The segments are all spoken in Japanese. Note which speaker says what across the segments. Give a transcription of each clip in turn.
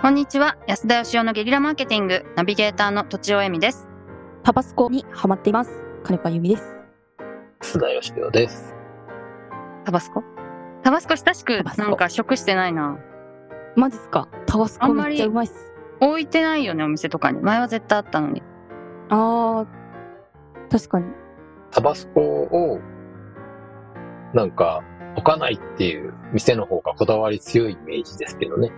Speaker 1: こんにちは安田義雄のゲリラマーケティングナビゲーターの土地尾恵美です
Speaker 2: タバスコにハマっています。金子由美です。
Speaker 3: 須田義雄です。
Speaker 1: タバスコタバスコ親しく
Speaker 2: タバスコ
Speaker 1: なんか食してないな
Speaker 2: マジっすかタバス
Speaker 1: あ
Speaker 2: コ
Speaker 1: んま
Speaker 2: め
Speaker 1: り
Speaker 2: っちゃうまいっす。
Speaker 1: 置いてないよねお店とかに前は絶対あったのに
Speaker 2: あー、確かに。
Speaker 3: タバスコを、なんか、置かないっていう店の方がこだわり強いイメージですけどね。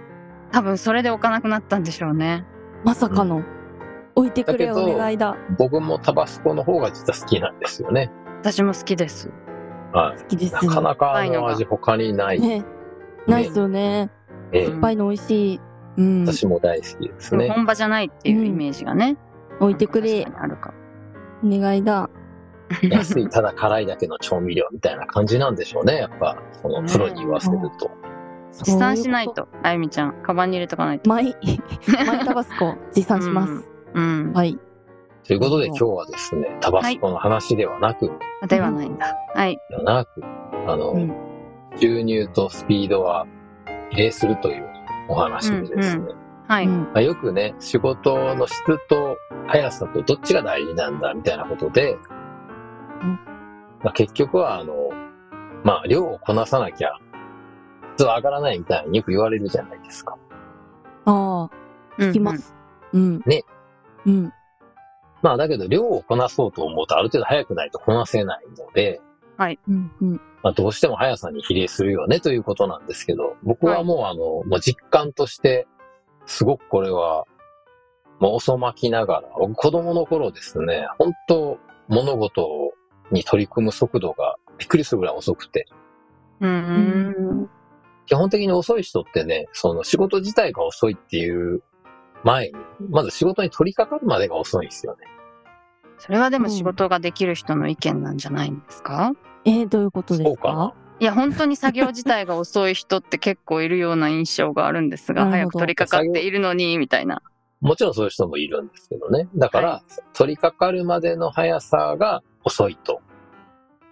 Speaker 1: 多分それで置かなくなったんでしょうね
Speaker 2: まさかの。置いてくれ
Speaker 3: だ
Speaker 2: お
Speaker 3: けど
Speaker 2: 願いだ。
Speaker 3: 僕もタバスコの方が実は好きなんですよね。
Speaker 1: 私も好きです
Speaker 3: は
Speaker 2: 好きで
Speaker 3: い。
Speaker 2: す
Speaker 3: な
Speaker 2: ね。
Speaker 3: かなかあ
Speaker 1: ないの
Speaker 3: の
Speaker 1: が
Speaker 3: 味他にない。
Speaker 2: ね。ないっすよね。
Speaker 3: ええ
Speaker 1: うん
Speaker 2: 酸っぱいの美味しい。うん。
Speaker 3: 私も大好きですね。
Speaker 1: 本場じゃないっていうイメージがね、
Speaker 2: 置いてくれ
Speaker 1: 確、かにあるか
Speaker 2: お願いだ。
Speaker 3: 安い、ただ辛いだけの調味料みたいな感じなんでしょうね。やっぱ、そのプロに言わせると。
Speaker 1: 持参しない
Speaker 2: そううこと
Speaker 1: あゆみちゃんカバンに入れとかない
Speaker 2: と。
Speaker 1: と
Speaker 2: マイ、 マイタバスコ持参します。
Speaker 1: うん
Speaker 2: はい。
Speaker 3: ということで今日はですね、タバスコの話ではなく、
Speaker 1: ではないんだはい
Speaker 3: ではなく、あの、
Speaker 2: うん
Speaker 3: 収入とスピードは比例するというお話でですね、
Speaker 1: うはい、
Speaker 2: うん
Speaker 3: まあ、よくね、仕事の質と速さとどっちが大事なんだみたいなことで、まあ、結局はあの、まあ、量をこなさなきゃ、質は上がらないみたいによく言われるじゃないですか。
Speaker 2: あ
Speaker 1: う
Speaker 2: ー、
Speaker 1: ん
Speaker 2: 聞きます。うん。
Speaker 3: ね。
Speaker 2: うん。
Speaker 3: まあ、だけど量をこなそうと思うとある程度早くないとこなせないので、
Speaker 2: うん。うん。
Speaker 3: まあ、どうしても速さに比例するよねということなんですけど、僕はもうあの、もう実感として、すごくこれは、もう遅まきながら、僕子供の頃ですね、本当物事に取り組む速度がびっくりするぐらい遅くて、
Speaker 1: うんうん
Speaker 3: 基本的に遅い人ってね、その仕事自体が遅いっていう前に、まず仕事に取り掛かるまでが遅いんですよね。
Speaker 1: それはでも仕事ができる人の意見なんじゃないんですか、
Speaker 2: えー、どういうことで
Speaker 3: そ
Speaker 2: す
Speaker 3: うかない
Speaker 2: か
Speaker 1: いや本当に作業自体が遅い人って結構いるような印象があるんですが
Speaker 2: なる
Speaker 1: 早
Speaker 2: ほ
Speaker 1: く
Speaker 2: ど
Speaker 1: 取り掛かっているのにみたいな。
Speaker 3: もちろんそういう人もいるんですけどね。だから、
Speaker 1: は
Speaker 3: 取り掛かるまでの速さが遅いと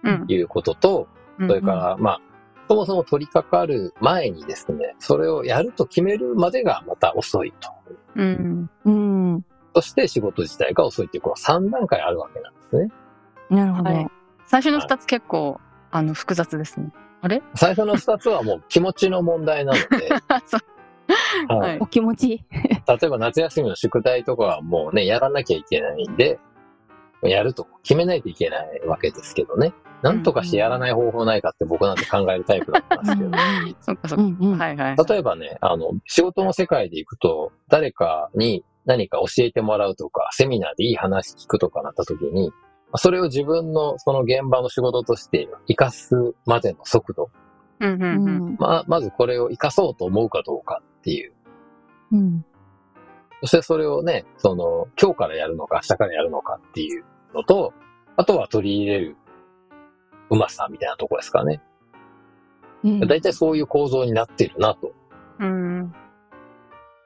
Speaker 1: うん
Speaker 3: いうことと、
Speaker 1: うん
Speaker 3: それから、まあ、そもそも取り掛かる前にですね、それをやると決めるまでがまた遅いと。
Speaker 1: うん
Speaker 2: うん。
Speaker 3: そして仕事自体が遅いっていう、この3段階あるわけなんですね。
Speaker 2: なるほど。
Speaker 1: はい最初の2つ結構あの複雑ですね。
Speaker 3: 最初の2つはもう気持ちの問題なの で、
Speaker 1: そう
Speaker 3: はい
Speaker 1: はい
Speaker 2: お気持ち。
Speaker 3: 例えば夏休みの宿題とかはもうね、やらなきゃいけないんで、やると決めないといけないわけですけどね。なんとかしてやらない方法ないかって僕なんて考えるタイプだったんですけど、
Speaker 1: そっかそっ
Speaker 2: う
Speaker 1: か。
Speaker 2: んうん。
Speaker 1: はいはい。
Speaker 3: 例えばね、あの、仕事の世界で行くと、誰かに何か教えてもらうとか、セミナーでいい話聞くとかなった時に、それを自分のその現場の仕事として活かすまでの速度。
Speaker 1: うんう
Speaker 2: うん
Speaker 1: うん。
Speaker 2: ん
Speaker 3: まあ、まずこれを活かそうと思うかどうかっていう。
Speaker 2: うん。
Speaker 3: そしてそれをね、その、今日からやるのか明日からやるのかっていうのと、あとは取り入れるうまさみたいなとこですかね。
Speaker 2: うん
Speaker 3: だいたいそういう構造になってるなと
Speaker 1: うん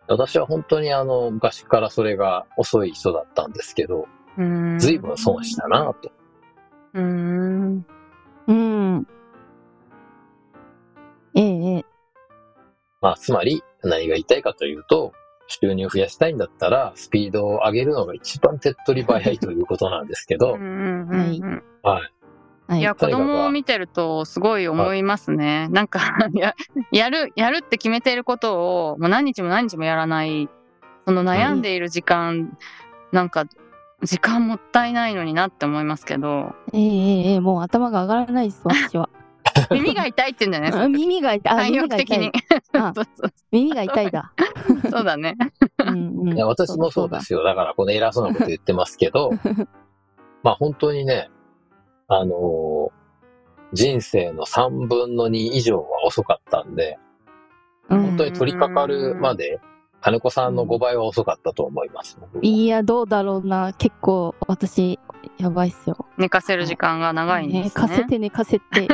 Speaker 3: 私は本当にあの、昔からそれが遅い人だったんですけど、
Speaker 1: うん。
Speaker 3: 随分損したなと。
Speaker 1: うん。
Speaker 2: うん。ええええ。
Speaker 3: まあ、つまり、何が言いたいかというと、収入を増やしたいんだったら、スピードを上げるのが一番手っ取り早いということなんですけ
Speaker 1: う
Speaker 3: ど、
Speaker 1: んう
Speaker 2: は
Speaker 1: ん
Speaker 2: い
Speaker 1: うん。
Speaker 3: はい。
Speaker 2: はいい。
Speaker 1: や子供を見てるとすごい思いますね。なんか ややるやるって決めていることをもう何日も何日もやらないその悩んでいる時間なんか時間もったいないのになって思いますけ ど
Speaker 2: ええええええ、もう頭が上がらないです、私は。
Speaker 1: 耳が痛いって言うんじゃないです
Speaker 2: あ
Speaker 1: か。
Speaker 2: 耳が痛い。あ、
Speaker 1: 体
Speaker 2: 耳
Speaker 1: 力
Speaker 2: が
Speaker 1: 的
Speaker 2: 痛
Speaker 1: に
Speaker 2: い。あ
Speaker 1: そうそ
Speaker 2: 耳が痛いだ。
Speaker 1: うそうだね。
Speaker 2: うんうん
Speaker 3: いや私もそうで。すよ。だから、この偉そうなこと言ってますけど、まあ本当にね、あのー人生の3分の2以上は遅かったんで、
Speaker 2: だうん
Speaker 3: 本当に取り掛かるまで、金子さんの5倍は遅かったと思います。
Speaker 2: いや、どうだろうな。結構、私、やばいっすよ。
Speaker 1: 寝かせる時間が長いんで
Speaker 2: ね
Speaker 1: すね。
Speaker 2: かせて寝かせて。ええ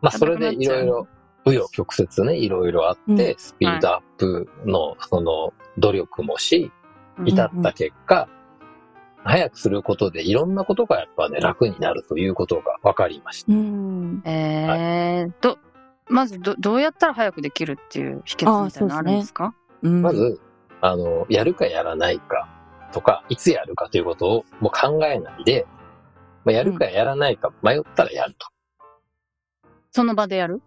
Speaker 3: まあ、それでいろいろ、紆余曲折ね、いろいろあって、
Speaker 2: う
Speaker 3: スピードアップの、その、努力もし、
Speaker 1: うん
Speaker 3: 至った結果、早くすることでいろんなことが やっぱね、楽になるということが分かりました。
Speaker 2: うん。
Speaker 1: えー、どまずど、どうやったら早くできるっていう秘訣みたいなのあるんですか
Speaker 2: うん
Speaker 3: まず、あの、やるかやらないかとか、いつやるかということをもう考えないで、まあ、やるかやらないか迷ったらやると。
Speaker 1: その場でやる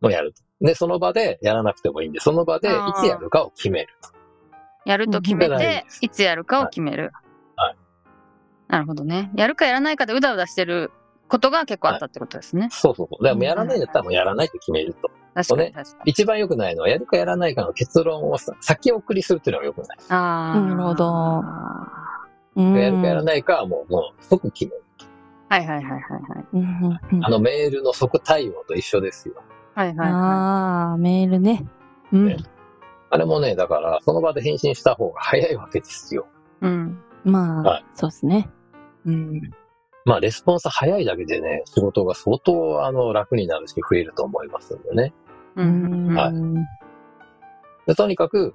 Speaker 3: もうやると。で、その場でやらなくてもいいんで、その場でい
Speaker 1: あー
Speaker 3: つやるかを決めると。
Speaker 1: やると決め
Speaker 3: うんうん
Speaker 1: て、いつやるかを決める。
Speaker 3: はい
Speaker 1: なるほどね。やるかやらないかでうだうだしてることが結構あったってことですね。
Speaker 3: そうそうそう。だからもうやらないんだったらもうやらないと決めると。
Speaker 1: 確か
Speaker 3: そう
Speaker 1: に
Speaker 3: ね
Speaker 1: 確かに。
Speaker 3: 一番良くないのは、やるかやらないかの結論をさ先送りするっていうのが良くない。
Speaker 1: ああ。
Speaker 2: なるほど
Speaker 1: は
Speaker 2: うん
Speaker 3: やるかやらないかはもう、もう即決める。
Speaker 1: いはいはいはいはい。
Speaker 2: うんうんうん
Speaker 3: あのメールの即対応と一緒ですよ。
Speaker 1: はいはいは
Speaker 2: ああ、メールね。うん。
Speaker 3: ねあれもね、だから、その場で返信した方が早いわけですよ。
Speaker 1: い。うん。
Speaker 2: まあ、
Speaker 3: はい
Speaker 2: そうですね。うん。
Speaker 3: まあ、レスポンス早いだけでね、仕事が相当、あの、楽になるし、増えると思いますんでね。
Speaker 1: うんうんうん。
Speaker 3: はいでとにかく、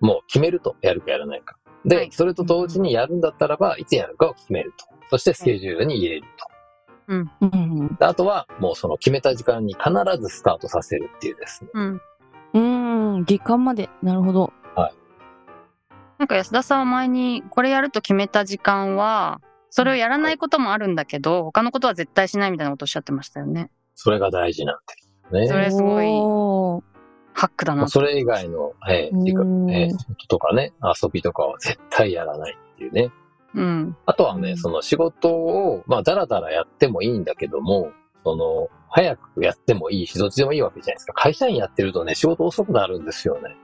Speaker 3: もう決めると、やるかやらないか。で、
Speaker 1: はい
Speaker 3: それと同時にやるんだったらば、いつやるかを決めると。そして、スケジュールに入れると。
Speaker 2: うん。
Speaker 3: であとは、もうその決めた時間に必ずスタートさせるっていうですね。
Speaker 1: うん。
Speaker 2: うん。時間まで。なるほど。
Speaker 1: なんか安田さんは前に、これやると決めた時間は、それをやらないこともあるんだけど、他のことは絶対しないみたいなことをおっしゃってましたよね。
Speaker 3: それが大事なんです
Speaker 1: そ
Speaker 3: よね。
Speaker 1: れすごい
Speaker 2: おー
Speaker 1: ハックだ
Speaker 3: ま
Speaker 1: な
Speaker 3: あそれ以外の、えー
Speaker 2: うん
Speaker 3: 時間えー仕事とかね、遊びとかは絶対やらないっていうね。
Speaker 1: うん。
Speaker 3: あとは
Speaker 2: う
Speaker 3: ね、
Speaker 2: ん
Speaker 3: その仕事を、まあ、だらだらやってもいいんだけども、その、早くやってもいいし、どっちでもいいわけじゃないですか。会社員やってるとね、仕事遅くなるんですよね。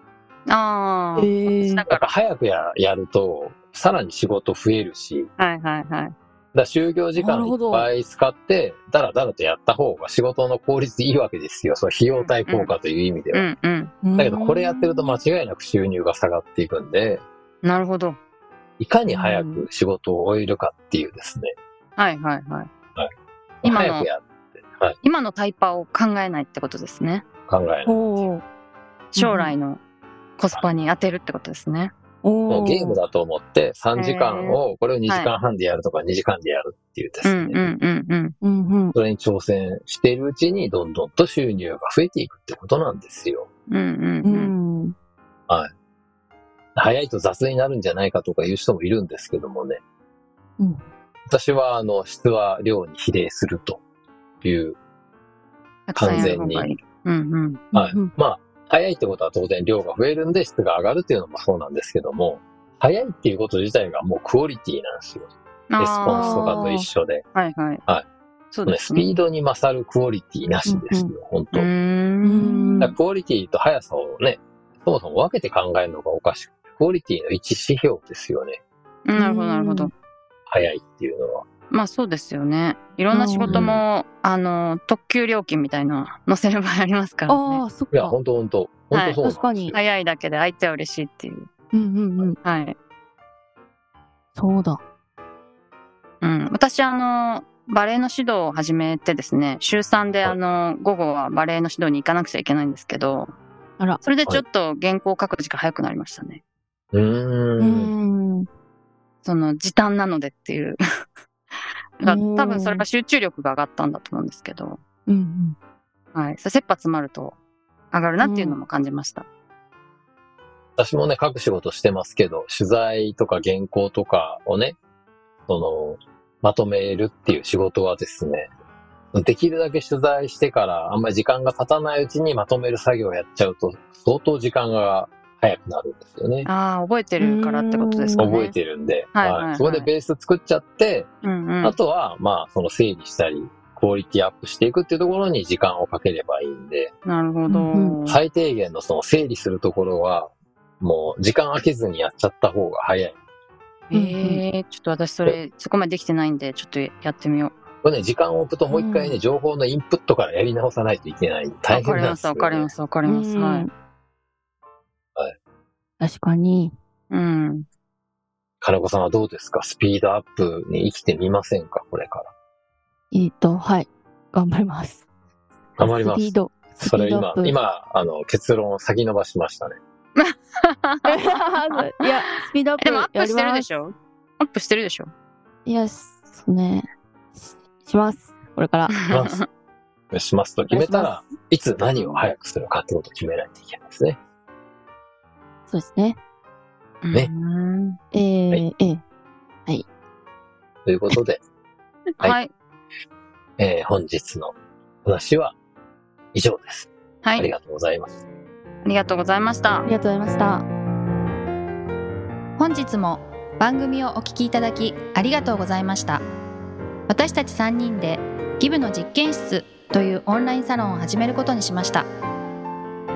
Speaker 1: ああ。
Speaker 2: へー
Speaker 1: だ
Speaker 3: だ
Speaker 1: か
Speaker 3: から早くややると、さらに仕事増えるし、
Speaker 1: ら。はいはいはい。
Speaker 3: だから就業時間
Speaker 2: なる
Speaker 3: い
Speaker 2: ほど
Speaker 3: っぱい使って、だらだらとやった方が仕事の効率いいわけですよ。その費用対効果という意味で
Speaker 1: う
Speaker 3: は。
Speaker 1: んうん。
Speaker 3: だけど、これやってると間違いなく収入が下がっていくんで、
Speaker 1: なるほど。
Speaker 3: いかに早く仕事を終えるかっていうですね。
Speaker 1: はいはいはい。今の
Speaker 3: 早くやって、はい、
Speaker 1: 今のタイパを考えないってことですね。
Speaker 3: 考える。
Speaker 2: おー
Speaker 1: 将来のコスパに当てるってことですね。
Speaker 2: お
Speaker 3: もうゲーム
Speaker 2: だ。
Speaker 3: だと思って3時間を、これを2時間半でやるとか2時間でやるっていうで
Speaker 1: う
Speaker 3: す
Speaker 1: んう
Speaker 3: ね。
Speaker 1: んうんうん。
Speaker 2: うんうん。
Speaker 3: それに挑戦しているうちにどんどんと収入が増えていくってことなんですよ。
Speaker 1: うんう
Speaker 2: うん
Speaker 1: うん。
Speaker 2: ん。
Speaker 3: 早いと雑になるんじゃないかとか言う人もいるんですけどもね。
Speaker 2: うん
Speaker 3: 私は、あの、質は量に比例するという、
Speaker 1: たくさんやる方がいい。うんうん。
Speaker 3: はい
Speaker 2: うん
Speaker 3: まあ、早いってことは当然量が増えるんで質が上がるっていうのもそうなんですけども、早いっていうこと自体がもうクオリティなんですよ。レスポンスとかと一緒で。
Speaker 1: あーはいはい。
Speaker 3: はい。
Speaker 1: そう
Speaker 3: ね
Speaker 1: で
Speaker 3: ス
Speaker 1: すね。
Speaker 3: ピードに勝るクオリティなしですよ、本当
Speaker 1: うーん。
Speaker 2: ん
Speaker 3: だからクオリティと速さをね、そもそも分けて考えるのがおかしくて、クオリティの一指標ですよね。
Speaker 1: なるほどなるほど。
Speaker 3: 早いっていうのは。
Speaker 1: まあそうですよね。いろんな仕事も、あの、特急料金みたいなの載せる場合ありますから
Speaker 2: あ
Speaker 1: ね。
Speaker 2: あ、そっ
Speaker 3: いや、
Speaker 2: か。
Speaker 3: 本当本当
Speaker 1: は
Speaker 3: 本
Speaker 1: い
Speaker 3: 当そうなんです
Speaker 2: 確
Speaker 3: よ。
Speaker 2: かに
Speaker 1: 早いだけで相手は嬉しいっていう。
Speaker 2: うんうんうん。
Speaker 1: はい。
Speaker 2: そうだ。
Speaker 1: うん。私、あの、バレエの指導を始めてですね、週3で、
Speaker 3: はい
Speaker 1: あの、午後はバレエの指導に行かなくちゃいけないんですけど、
Speaker 2: あら。
Speaker 1: それでちょっと原稿を書く時間早くなりましたね。
Speaker 3: う
Speaker 2: う
Speaker 3: ーん。
Speaker 2: ん。
Speaker 1: その、時短なのでっていう。 だから多分それが集中力が上がったんだと思うんですけど、
Speaker 2: うんうん。
Speaker 1: はい。それ切羽詰まると上がるなっていうのも感じました。
Speaker 3: 私もね、書く仕事してますけど、取材とか原稿とかをね、その、まとめるっていう仕事はですね、できるだけ取材してから、あんまり時間が経たないうちにまとめる作業をやっちゃうと、相当時間が早くなるんですよね。
Speaker 1: ああ、覚えてるからってことですかね。
Speaker 3: 覚えてるんで、
Speaker 1: はいはいはい
Speaker 3: そこでベース作っちゃって、
Speaker 1: うんうん。
Speaker 3: あとは、まあ、その整理したり、クオリティアップしていくっていうところに時間をかければいいんで、
Speaker 1: なるほど。
Speaker 2: うん
Speaker 1: はい。
Speaker 3: 最低限のその整理するところは、もう時間空けずにやっちゃった方が早い。
Speaker 1: えー、ちょっと私それ、そこまでできてないんで、ちょっとやってみよ
Speaker 3: これね、時間を置くともう一回ね、
Speaker 2: う
Speaker 3: 情報のインプットからやり直さないといけない。
Speaker 1: う。わ
Speaker 3: 大
Speaker 1: か
Speaker 3: 変
Speaker 1: り
Speaker 3: なん
Speaker 1: ま、
Speaker 3: ですすよ、
Speaker 1: わ
Speaker 3: ね。
Speaker 1: かります、わかります。
Speaker 2: うん
Speaker 1: はい。
Speaker 3: はい
Speaker 2: 確かに。
Speaker 1: うん。
Speaker 3: 金子さんはどうですかスピードアップに生きてみませんかこれから。
Speaker 2: えっと、はい。頑張ります。
Speaker 3: 頑張ります
Speaker 2: スピード。
Speaker 3: それ
Speaker 2: スピードア
Speaker 3: 今
Speaker 2: ッ、プ
Speaker 3: 今、あの、結論を先延ばしましたね。
Speaker 2: いや、スピードアップ
Speaker 1: でもアップしてるで
Speaker 2: ょ
Speaker 1: しょアップしてるでしょ
Speaker 2: いや、そうね。しします。これから。
Speaker 3: しますと決めたら、
Speaker 2: します
Speaker 3: いつ何を早くするかってことを決めないといけないですね。
Speaker 2: そうですね。
Speaker 3: ね
Speaker 1: うん
Speaker 2: えー
Speaker 3: はい
Speaker 2: えー
Speaker 3: ということで、はい
Speaker 1: はい。
Speaker 3: えー本日の話は以上です。
Speaker 1: は
Speaker 3: あり
Speaker 1: い。
Speaker 3: がとうございます。
Speaker 1: ありがとうございました
Speaker 2: あ。りがとうございました。
Speaker 4: 本日も番組をお聞きいただきありがとうございました私たち3人でギブの実験室というオンラインサロンを始めることにしました